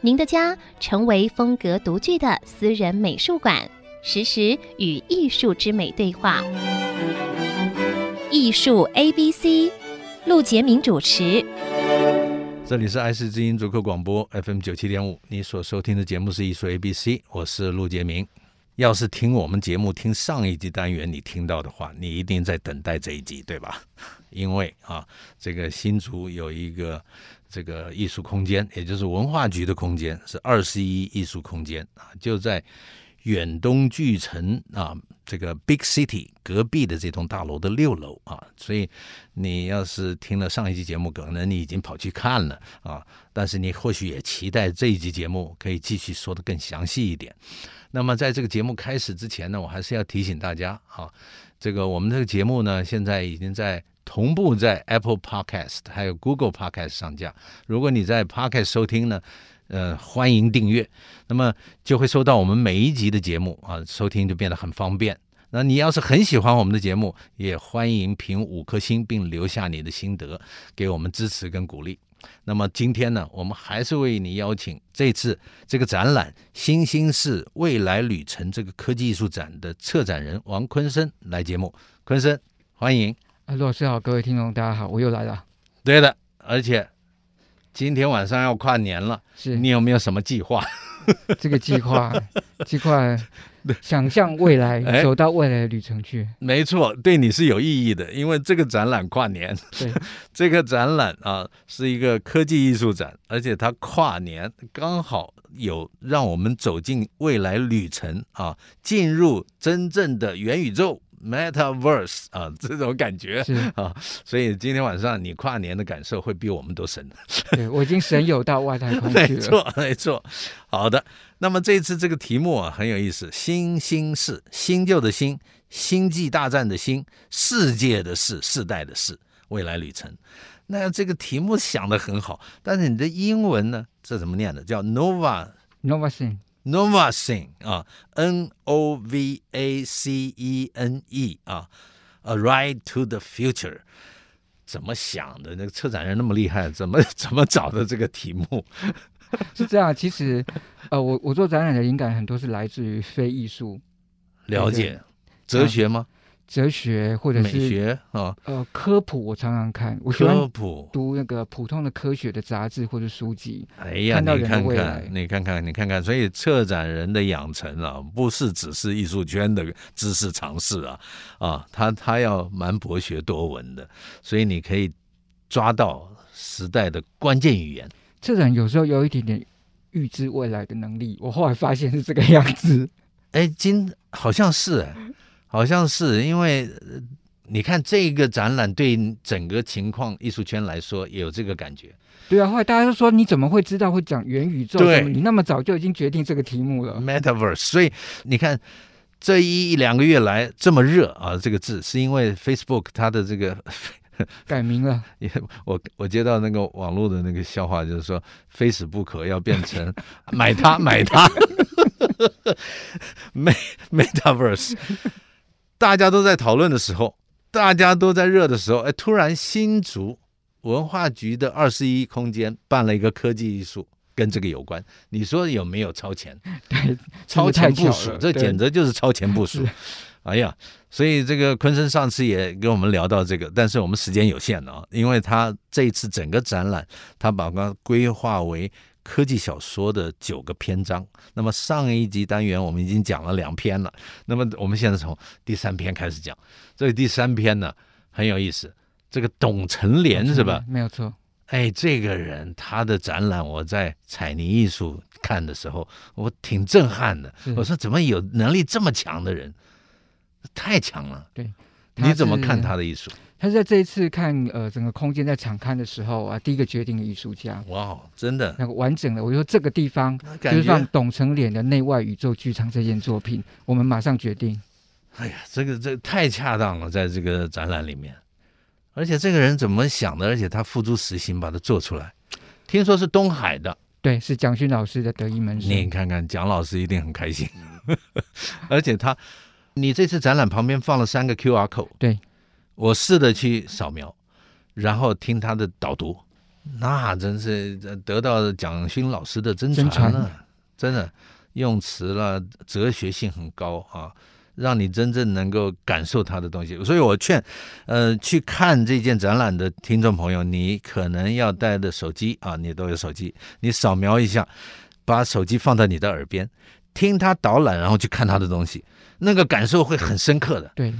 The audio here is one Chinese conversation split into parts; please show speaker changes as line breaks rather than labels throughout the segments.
您的家成为风格独具的私人美术馆，实时与艺术之美对话。艺术 A B C，陆杰明主持。
这里是爱思之音足客广播 FM 九七点五，你所收听的节目是艺术 ABC，我是陆杰明。要是听我们节目听上一集单元你听到的话，你一定在等待这一集，对吧？因为啊，这个新竹有一个这个艺术空间，也就是文化局的空间，是二十一艺术空间啊，就在远东巨城啊这个 Big City 隔壁的这栋大楼的六楼啊，所以你要是听了上一期节目，可能你已经跑去看了啊，但是你或许也期待这一集节目可以继续说的更详细一点。那么在这个节目开始之前呢，我还是要提醒大家啊，这个我们这个节目呢，现在已经在同步在 Apple Podcast 还有 Google Podcast 上架。如果你在 Podcast 收听呢，呃，欢迎订阅，那么就会收到我们每一集的节目啊，收听就变得很方便。那你要是很喜欢我们的节目，也欢迎评五颗星，并留下你的心得，给我们支持跟鼓励。那么今天呢，我们还是为你邀请这次这个展览《新兴市未来旅程》这个科技艺术展的策展人王坤生来节目。坤生，欢迎。
啊，陆老师好，各位听众大家好，我又来了。
对的，而且今天晚上要跨年了，
是
你有没有什么计划？
这个 计划，计划，想象未
哎
来，走到未来的旅程去。
没错，对你是有意义的，因为这个展览跨年，
对，
这个展览啊是一个科技艺术展，而且它跨年刚好有让我们走进未来旅程啊，进入真正的元宇宙 （metaverse） 啊这种感觉。
是，
啊，所以今天晚上你跨年的感受会比我们都深。
对我已经神游到外太 空
没
去了。
错，没错。好的，那么这次这个题目啊很有意思，“新兴世”，新旧的“新”，星际大战的“星”，世界的“世”，世代的“世”，未来旅程。那这个题目想得很好，但是你的英文呢？这怎么念的？叫 Nova
Novacin，
Nova Sing 啊，N O V A C E N E 啊，A Ride to the Future。怎么想的？那个策展人那么厉害，怎么 怎么找的这个题目？
是这样。其实，呃，我我做展览的灵感很多是来自于非艺术、
了解哲学吗？
哲学或者
美
是
学啊，
呃科普。我常常看，嗯我喜欢
科普。
读那个普通的科学的杂志或者书籍。
哎呀，
看到
你
人的
看
未来
看，你看看，你看看，所以策展人的养成啊，不是只是艺术圈的知识尝试啊，啊，他他要蛮博学多闻的，所以你可以抓到时代的关键语言。
这人有时候有一点点预知未来的能力，我后来发现是这个样子。
哎，今好像是，哎好像是，因为呃你看这个展览对整个情况艺术圈来说也有这个感觉。
对啊，后来大家都说你怎么会知道会讲元宇宙？
对嗯
怎么你那么早就已经决定这个题目了。
Metaverse。所以你看，这一两个月来这么热啊，这个字是因为 Facebook 它的这个，
改名了，
我我接到那个网络的那个笑话，就是说非死不可，要变成买它买它，Me- Metaverse。大家都在讨论的时候，大家都在热的时候，哎，突然新竹文化局的二十一空间办了一个科技艺术，跟这个有关，你说有没有超前？
对，
超前部署，这
真的太巧了
简直就是超前部署。哎呀，所以这个昆生上次也跟我们聊到这个，但是我们时间有限啊，因为他这一次整个展览，他把它规划为科技小说的九个篇章。那么上一集单元我们已经讲了两篇了，那么我们现在从第三篇开始讲。这个第三篇呢很有意思，这个董成
对
莲是吧？？
没有错，
哎，这个人他的展览，我在彩泥艺术看的时候，我挺震撼的
是。
我说怎么有能力这么强的人？太强了！
对。
你怎么看
他
他
是？
的艺术？
他是在这一次看呃整个空间在场刊的时候啊，第一个决定的艺术家，
哇哦，真的，
那个完整的，我就说这个地方
那
就
感
是放
觉，
董成脸的内外宇宙剧场这件作品，我们马上决定。
哎呀，这个这个太恰当了，在这个展览里面，而且这个人怎么想的？而且他付诸实行，把它做出来。听说是东海的，
对，是蒋勋老师的得意门
你
生。
看看蒋老师一定很开心， 而且他，你这次展览旁边放了三个 QR code，
对，
我试着去扫描，然后听他的导读，那真是得到蒋勋老师的真传了，啊
真传
真的用词了，哲学性很高啊。让你真正能够感受他的东西，所以我劝，呃，去看这件展览的听众朋友，你可能要带的手机啊，你都有手机，你扫描一下，把手机放在你的耳边，听他导览，然后去看他的东西，那个感受会很深刻的。
对，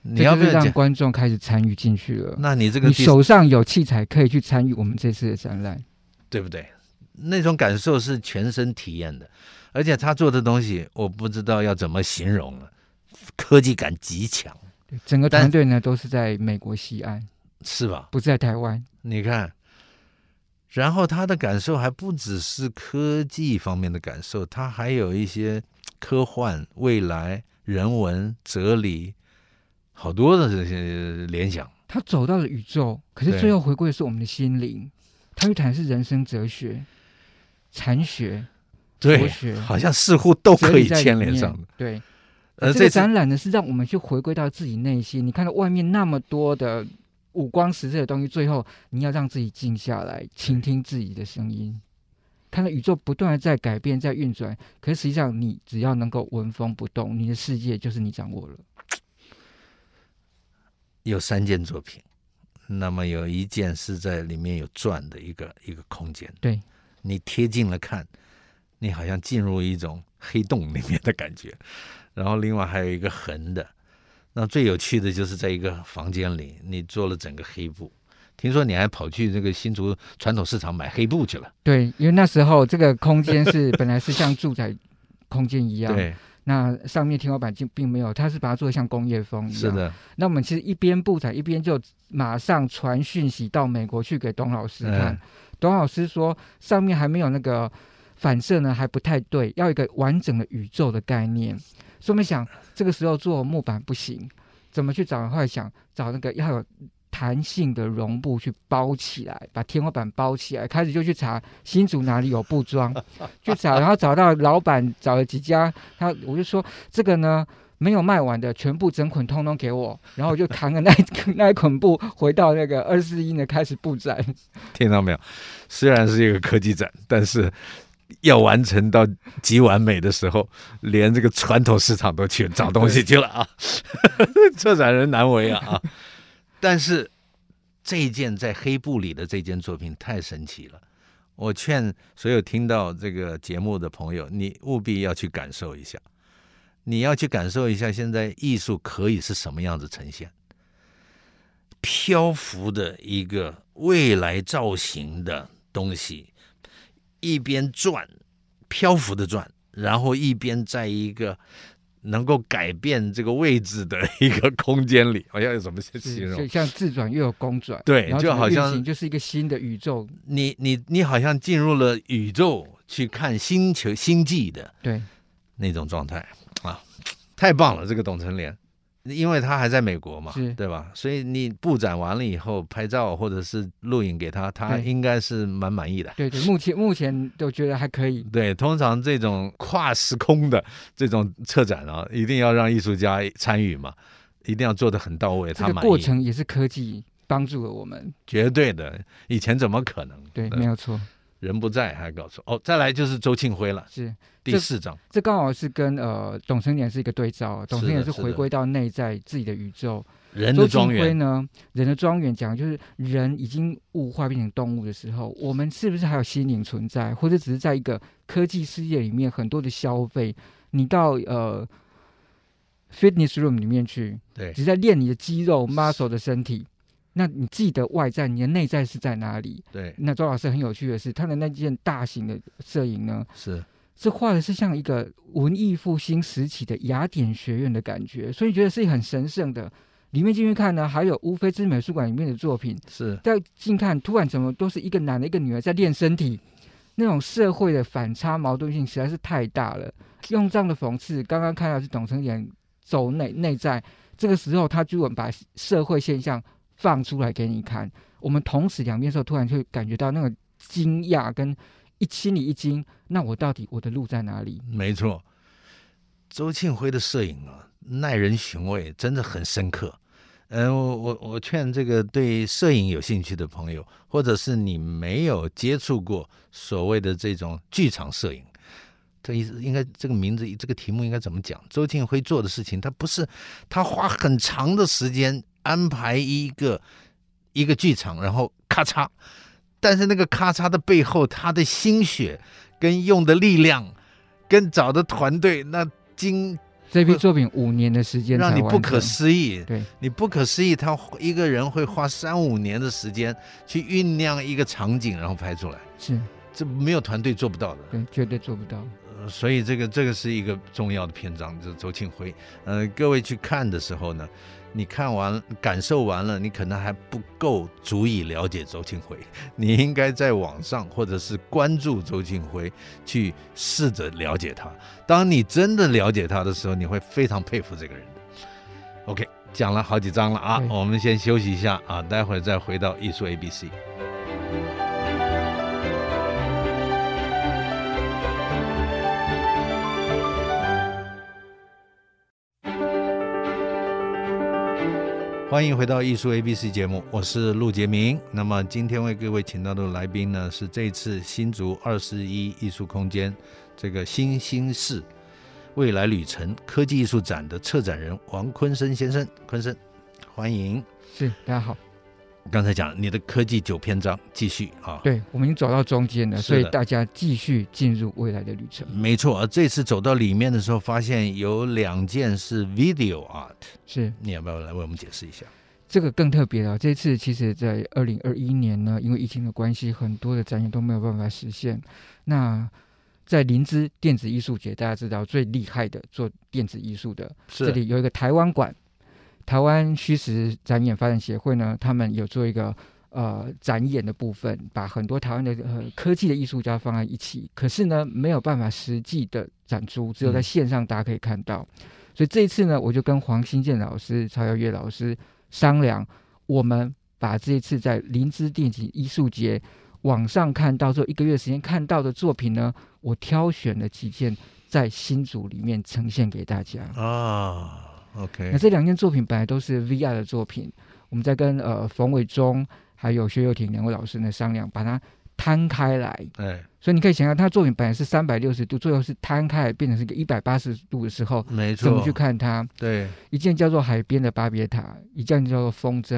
你
这
要
就
不
是
要
让
讲？
观众开始参与进去了。
那你这个
你
第
手上有器材可以去参与我们这次的展览。
对不对？那种感受是全身体验的，而且他做的东西，我不知道要怎么形容了，科技感极强，
对整个
但
团队呢都是在美国西岸，
是吧？
不是在台湾。
你看，然后他的感受还不只是科技方面的感受，他还有一些科幻、未来、人文、哲理，好多的这些联想。
他走到了宇宙，可是
对
最后回归的是我们的心灵。他去谈的是人生哲学、禅学、佛
对，
学，
好像似乎都
哲
可以
理在里
牵连上
面
的。
对，
呃，
这个
这次
展览呢是让我们去回归到自己内心。你看到外面那么多的五光十色的东西，最后你要让自己静下来，倾听自己的声音。看到宇宙不断的在改变，在运转，可是实际上你只要能够纹风不动，你的世界就是你掌握了。
有三件作品，那么有一件是在里面有转的一个一个空间，
对，
你贴近了看，你好像进入一种黑洞里面的感觉。然后另外还有一个横的，那最有趣的就是在一个房间里，你做了整个黑布。听说你还跑去这个新竹传统市场买黑布去了，
对，因为那时候这个 空间是本来是像住宅空间一样，
对，
那上面天花板并并没有，它是把它做得像工业风一样。
是。的，
那我们其实一边布展一边就马上传讯息到美国去给董老师看，
嗯
董老师说上面还没有那个反射呢，还不太对，要一个完整的宇宙的概念。所以我们想这个时候做木板不行，怎么去找？后来想找那个要有。弹性的绒布去包起来，把天花板包起来。开始就去查新竹哪里有布庄，去找，然后找到老板，找了几家，他我就说这个呢没有卖完的，全部整捆通通给我，然后我就扛着那一 那一捆布回到那个二四一呢开始布展，
听到没有？虽然是一个科技展，但是要完成到极完美的时候，连这个传统市场都去找东西去了啊！ 策展人难为啊！啊但是这一件在黑布里的这件作品太神奇了，我劝所有听到这个节目的朋友，你务必要去感受一下，你要去感受一下现在艺术可以是什么样子呈现。漂浮的一个未来造型的东西，一边转，漂浮的转，然后一边在一个能够改变这个位置的一个空间里，我要怎么去 形
是
容
就？像自转又有公转，
对
然后
就
整个
好
运
像
行就是一个新的宇宙，
你你你好像进入了宇宙去看星球星际的
对，
那种状态啊，太棒了！这个董成莲，因为他还在美国嘛
是，
对吧？所以你布展完了以后拍照或者是录影给他，他
对
应该是蛮满意的。
对对，目前目前都觉得还可以，
对，通常这种跨时空的这种策展啊，一定要让艺术家参与嘛，一定要做的很到位，
这
他
个
满
过
意，
程也是科技帮助了我们，
绝对的。以前怎么可能？
对，没有错，
人不在还搞错哦。再来就是周庆辉了，
是
第
这
四章。
这刚好是跟呃董成年是一个对照，董成年
是
是
的是的
回归到内在自己的宇宙，
人
周
的庄
庆辉
园，
呢，人的庄园讲的就是人已经物化变成动物的时候，我们是不是还有心灵存在，或者只是在一个科技世界里面很多的消费？你到呃 fitness room 里面去，
对
只是在练你的肌肉 muscle 的身体。那你自己的外在，你的内在是在哪里？
对
那周老师很有趣的是，他的那件大型的摄影呢，
是，
这画的是像一个文艺复兴时期的雅典学院的感觉，所以觉得是很神圣的。里面进去看呢，还有乌菲兹美术馆里面的作品，
是
再近看，突然怎么都是一个男的，一个女的在练身体，那种社会的反差矛盾性实在是太大了。用这样的讽刺，刚刚看到是董成言走内内在，这个时候他居然把社会现象放出来给你看，我们同时两边的时候，突然就感觉到那个惊讶跟一心里一惊，那我到底我的路在哪里？
没错。周庆辉的摄影啊，耐人寻味，真的很深刻。嗯，我我我劝这个对摄影有兴趣的朋友，或者是你没有接触过所谓的这种剧场摄影，这意思应该这个名字这个题目应该怎么讲？周庆辉做的事情，他不是他花很长的时间安排一个一个剧场，然后咔嚓，但是那个咔嚓的背后，他的心血跟用的力量，跟找的团队，那经
这批作品五年的时间才
让你
完
不可
成
思议。
对，
你不可思议，他一个人会花三五年的时间去酝酿一个场景，然后拍出来，
是
这没有团队做不到的。
对，绝对做不到。
呃所以这个这个是一个重要的篇章，就是周庆辉。呃，各位去看的时候呢，你看完感受完了，你可能还不够足以了解周庆辉， 你应该在网上或者是关注周庆辉，去试着了解他。当你真的了解他的时候，你会非常佩服这个人的。OK，讲了好几章了啊
对，
我们先休息一下啊，待会儿再回到艺术 A B C。欢迎回到艺术 ABC 节目，我是陆杰明。那么今天为各位请到的来宾呢，是这次新竹二十一艺术空间这个新兴市未来旅程科技艺术展的策展人王坤生先生，坤生，欢迎。
是大家好，
刚才讲你的科技九篇章继续啊，
对我们已经走到中间了，
是
所以
的
大家继续进入未来的旅程。
没错。而这次走到里面的时候，发现有两件是 video art，
是
你要不要来为我们解释一下？
这个更特别了。这次其实，在二零二一年呢，因为疫情的关系，很多的展演都没有办法实现。那在林芝电子艺术节，大家知道最厉害的做电子艺术的，这里有一个台湾馆，台湾虚实展演发展协会呢，他们有做一个呃展演的部分，把很多台湾的呃科技的艺术家放在一起，可是呢没有办法实际的展出，只有在
嗯
线上大家可以看到。所以这一次呢，我就跟黄新建老师、曹耀月老师商量，我们把这一次在林芝电子艺术节网上看到，做一个月时间看到的作品呢，我挑选了几件在新组里面呈现给大家。
啊
那
，OK，
这两件作品本来都是 VR 的作品，我们在跟呃冯伟忠还有薛又廷两位老师呢商量，把它摊开来。
哎，
所以你可以想象，他作品本来是三百六十度，最后是摊开来变成是一个一百八十度的时候，
没
怎么
错
去，看它？
对，
一件叫做《海边的巴别塔》，一件叫做《风筝》。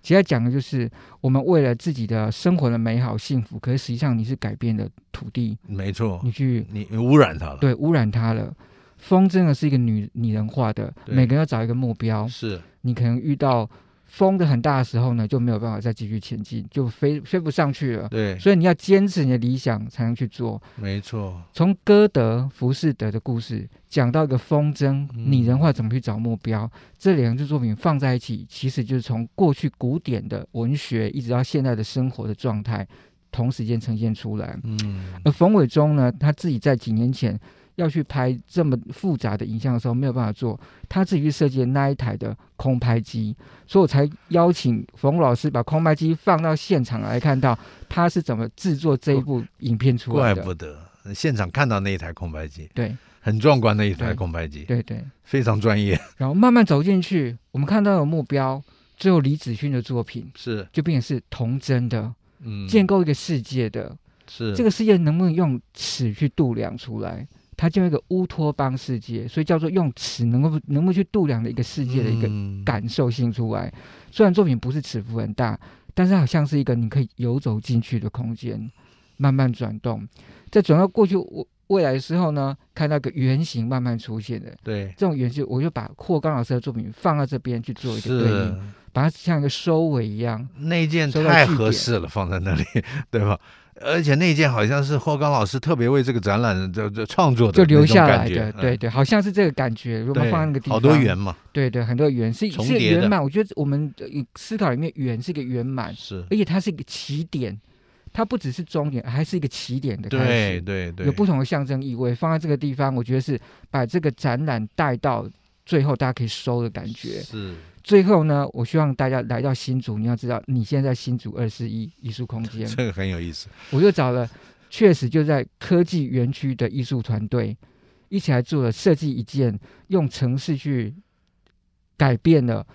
其实它讲的就是我们为了自己的生活的美好幸福，可是实际上你是改变了土地，
没错，
你去
你污染它了，
对污染它了。风筝呢是一个女拟人化的，
对
每个人要找一个目标，
是
你可能遇到风的很大的时候呢，就没有办法再继续前进，就飞飞不上去了。
对，
所以你要坚持你的理想才能去做。
没错，
从歌德、浮士德的故事讲到一个风筝，
嗯
拟人化怎么去找目标，这两支作品放在一起，其实就是从过去古典的文学一直到现在的生活的状态，同时间呈现出来。
嗯，
而冯伟忠呢，他自己在几年前要去拍这么复杂的影像的时候，没有办法做，他自己去设计了那一台的空拍机，所以我才邀请冯老师把空拍机放到现场来看到他是怎么制作这一部影片出
怪
来的。
不得现场看到那一台空白机，
对
很壮观的一台
对
空白机，
对对，
非常专业，
然后慢慢走进去，我们看到有目标，最后李子勋的作品
是，
就变成是童真的，
嗯，
建构一个世界的，
是
这个世界能不能用尺去度量出来？它就有一个乌托邦世界，所以叫做用尺能够能够去度量的一个世界的一个
嗯
感受性出来。虽然作品不是尺幅很大，但是好像是一个你可以游走进去的空间，慢慢转动。在转到过去未未来的时候呢，看到一个圆形慢慢出现的
对，
这种圆形，我就把霍刚老师的作品放到这边去做一个对
是
应，把它像一个收尾一样。
那件
收到
太
据
合
点
适了，放在那里，对吧？而且那件好像是霍刚老师特别为这个展览的的创作的
就留
那种
下
感
来
觉
的，对对，好像是这个感觉。
嗯
如果
对，
放在那个地方，
好多圆嘛，
对对，很多圆是
重
是
叠的
圆满。我觉得我们的思考里面圆是一个圆满，
是，
而且它是一个起点，它不只是终点，还是一个起点的开
对
始，
对对，
有不同的象征意味。放在这个地方，我觉得是把这个展览带到最后，大家可以收的感觉。
是
最后呢，我希望大家来到新竹，你要知道，你现在在新竹二四一艺术空 间，
这个很有意思，
我就找了，确实就在科技园区的艺术团队一起来做了设计一件，用城市去改变了，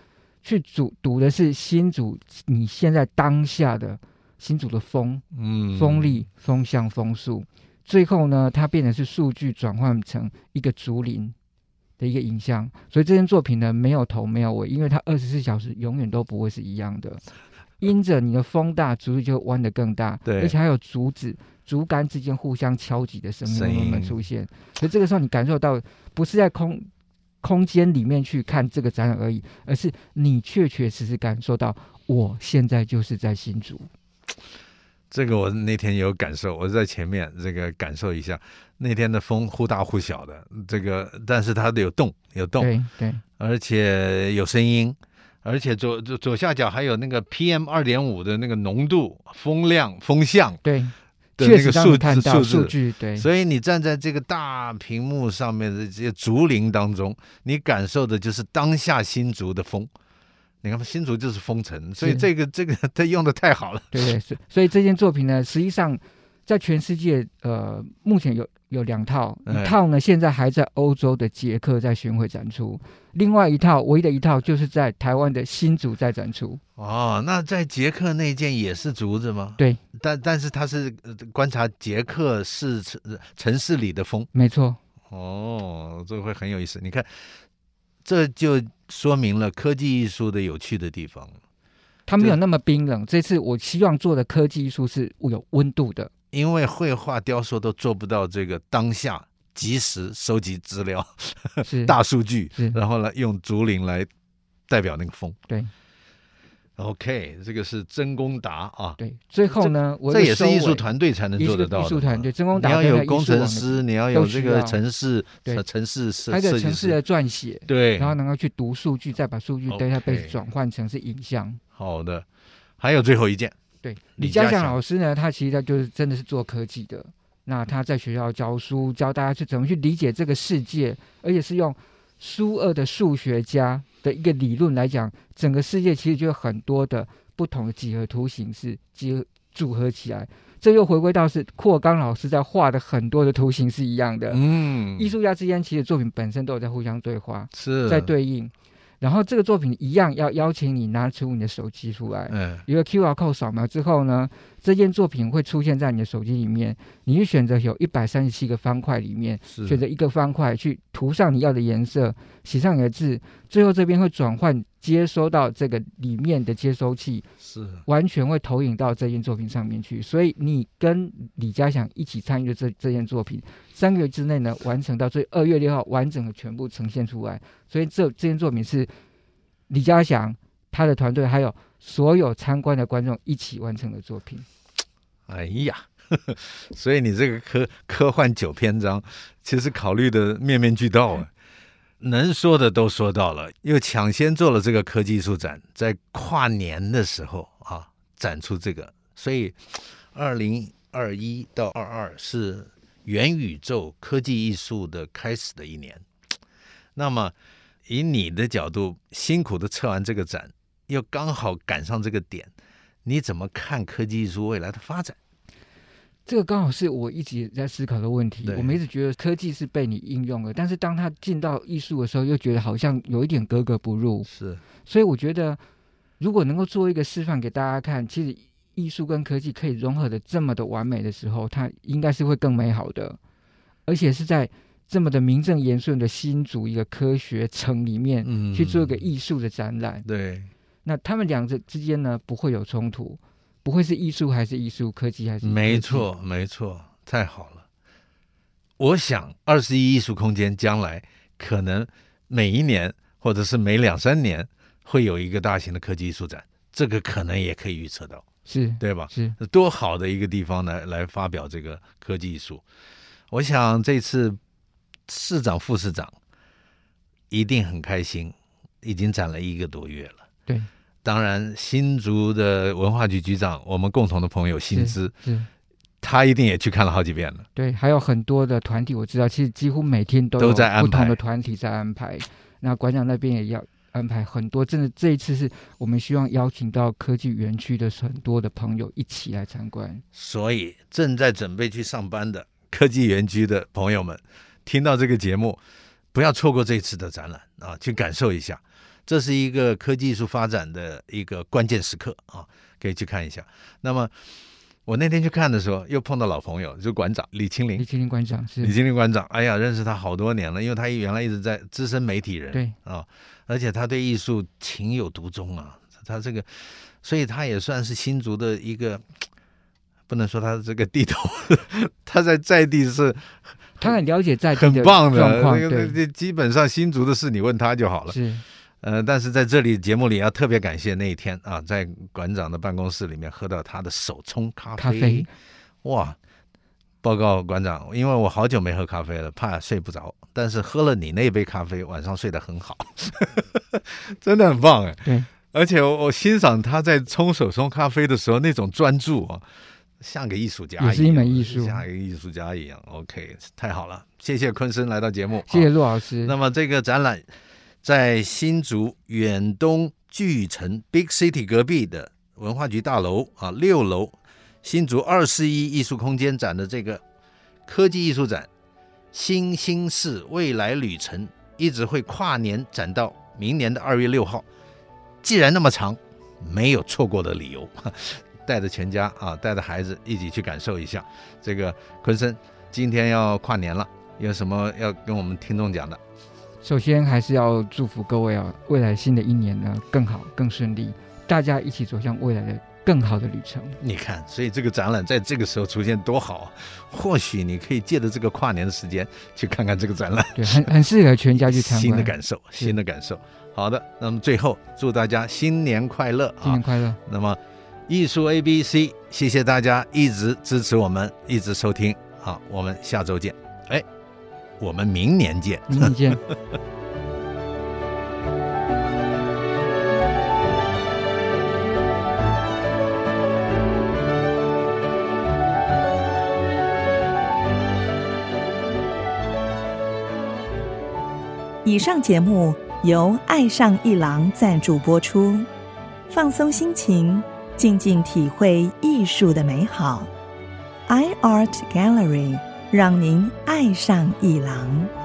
去主读的是新主你现在当下的新主的风
嗯，
风力、风向、风速。最后呢，它变成是数据转换成一个竹林的一个影像，所以这件作品呢没有头没有尾，因为它二十四小时永远都不会是一样的。因着你的风大，竹子就会弯得更大，
对
而且还有竹子、竹竿之间互相敲击的声
声
音
音
慢慢出现。所以这个时候你感受到，不是在空空间里面去看这个展览而已，而是你确确实实感受到，我现在就是在新竹。
这个我那天有感受，我在前面这个感受一下，那天的风忽大忽小的，这个但是它有动有动，
对对
而且有声音，而且左左左下角还有那个 PM 二点五的那个浓度、风量、风向
对，
的
确
那
实
个
让
数
你看
字
到
数
数
字。
据，对，
所以你站在这个大屏幕上面的这些竹林当中，你感受的就是当下新竹的风。你看，新竹就是风城，所以
是
这个 这个它用的太好了。
对对是，所以这件作品呢，实际上在全世界呃，目前有有两套，
哎
一套呢现在还在欧洲的捷克在巡回展出，另外一套唯一的一套就是在台湾的新竹在展出，
哦，那在捷克那件也是竹子吗？
对，
但但是它是呃观察捷克市城城市里的风。
没错，
哦，这会很有意思。你看，这就说明了科技艺术的有趣的地方，
它没
这
有那么冰冷。这次我希望做的科技艺术是有温度的，
因为绘画、雕塑都做不到这个当下及时收集资料、
是
大数据
是，
然后呢用竹林来代表那个风。
对
OK，这个是真功达啊，
对。最后呢，我
这
就
也是
收
艺术
尾
团队才能
艺
做
术
得到的嘛。
艺术团队，真功
你
达
要
在
有
艺
工
术
程
网里面，
师，你要有
都
这
需
个
要
城市
对
城市设设
还有个
计
城市
师
的，撰写，
对，
然后能够去读数据，再把数据
OK
database 转换成是影像。
好的，还有最后一件，
对，
李
李
嘉
嘉
祥
祥老师呢，他其实他就是真的是做科技的。那他在学校教书，教大家去怎么去理解这个世界，而且是用苏俄的数学家的一个理论来讲，整个世界其实就有很多的不同的几何图形是结合组合起来。这又回归到是扩刚老师在画的很多的图形是一样的。
嗯，
艺术家之间其实作品本身都有在互相对话，
是
在，对应。然后这个作品一样要邀请你拿出你的手机出来，
嗯，
一个 QR code 扫描之后呢，这件作品会出现在你的手机里面。你去选择有一百三十七个方块里面，
是
选择一个方块去涂上你要的颜色，写上你的字，最后这边会转换接收到这个里面的接收器，
是
完全会投影到这件作品上面去。所以你跟李嘉祥一起参与的这这件作品，三个月之内呢完成到最二月六号完整的全部呈现出来。所以这这件作品是李嘉祥他的团队还有所有参观的观众一起完成的作品。
哎呀， 所以你这个科科幻九篇章，其实考虑的面面俱到啊，能说的都说到了，又抢先做了这个科技艺术展，在跨年的时候啊展出这个，所以二零二一到二二是元宇宙科技艺术的开始的一年。那么，以你的角度，辛苦的策完这个展，又刚好赶上这个点，你怎么看科技艺术未来的发展？
这个刚好是我一直在思考的问题
对。
我们一直觉得科技是被你应用了，但是当它进到艺术的时候，又觉得好像有一点格格不入。
是
所以我觉得，如果能够做一个示范给大家看，其实艺术跟科技可以融合的这么的完美的时候，它应该是会更美好的，而且是在这么的名正言顺的新竹一个科学城里面
嗯
去做一个艺术的展览。
对，
那他们两者之间呢，不会有冲突，不会是艺术还是艺术，科技还是
没
科技，
错没错，太好了。我想二十一艺术空间将来可能每一年或者是每两三年会有一个大型的科技艺术展，这个可能也可以预测到。
是
对啊吧？
是
多好的一个地方来来发表这个科技艺术。我想这次市长、副市长一定很开心，已经展了一个多月了。
对，
当然，新竹的文化局局长，我们共同的朋友新知，
是
他一定也去看了好几遍了。
对，还有很多的团体我知道，其实几乎每天都
都
有
在安
不同
排
的团体在安排。那馆长那边也要安排很多，真的这一次是我们希望邀请到科技园区的很多的朋友一起来参观。
所以，正在准备去上班的 科技园区的朋友们，听到这个节目，不要错过这次的展览啊，去感受一下。这是一个科技艺术发展的一个关键时刻啊，可以去看一下。那么，我那天去看的时候，又碰到老朋友，就是馆长李清
李
林，
清林馆长
李
是，
清林馆长。哎呀，认识他好多年了，因为他原来一直在资深媒体人，
对
啊，而且他对艺术情有独钟啊，他这个，所以他也算是新竹的一个，不能说他是这个地头， 他在在地是
他很了解在地
很棒的，
状况，
那个
对，
那基本上新竹的事你问他就好了。
是
呃，但是在这里节目里要特别感谢那一天啊，在馆长的办公室里面喝到他的手冲咖啡，
咖啡
哇！报告馆长，因为我好久没喝咖啡了，怕睡不着。但是喝了你那杯咖啡，晚上睡得很好， 真的很棒哎。
对，
而且我我欣赏他在冲手冲咖啡的时候那种专注啊，像个艺术家一样，
也是一门艺术
像一个艺术家一样。OK，太好了，谢谢坤生来到节目，
谢谢陆老师
那。么这个展览在新竹远东巨城 Big City 隔壁的文化局大楼啊六楼，新竹二四一艺术空间展的这个科技艺术展“新兴市未来旅程”，一直会跨年展到明年的二月六号。既然那么长，没有错过的理由， 带着全家啊，带着孩子一起去感受一下。这个坤生今天要跨年了，有什么要跟我们听众讲的？
首先还是要祝福各位啊，未来新的一年呢更好更顺利，大家一起走向未来的更好的旅程。
你看，所以这个展览在这个时候出现多好啊！或许你可以借着这个跨年的时间去看看这个展览，
对，很很适合全家去参观。
新的感受，新的感受。好的，那么最后祝大家新年快乐
新
啊
年！快乐！
那么艺术 A B C，谢谢大家一直支持我们，一直收听啊！我们下周见，哎，我们明年见。
明天见。
以上节目由爱上一郎赞助播出，放松心情，静静体会艺术的美好。iArt Gallery 让您爱上一郎。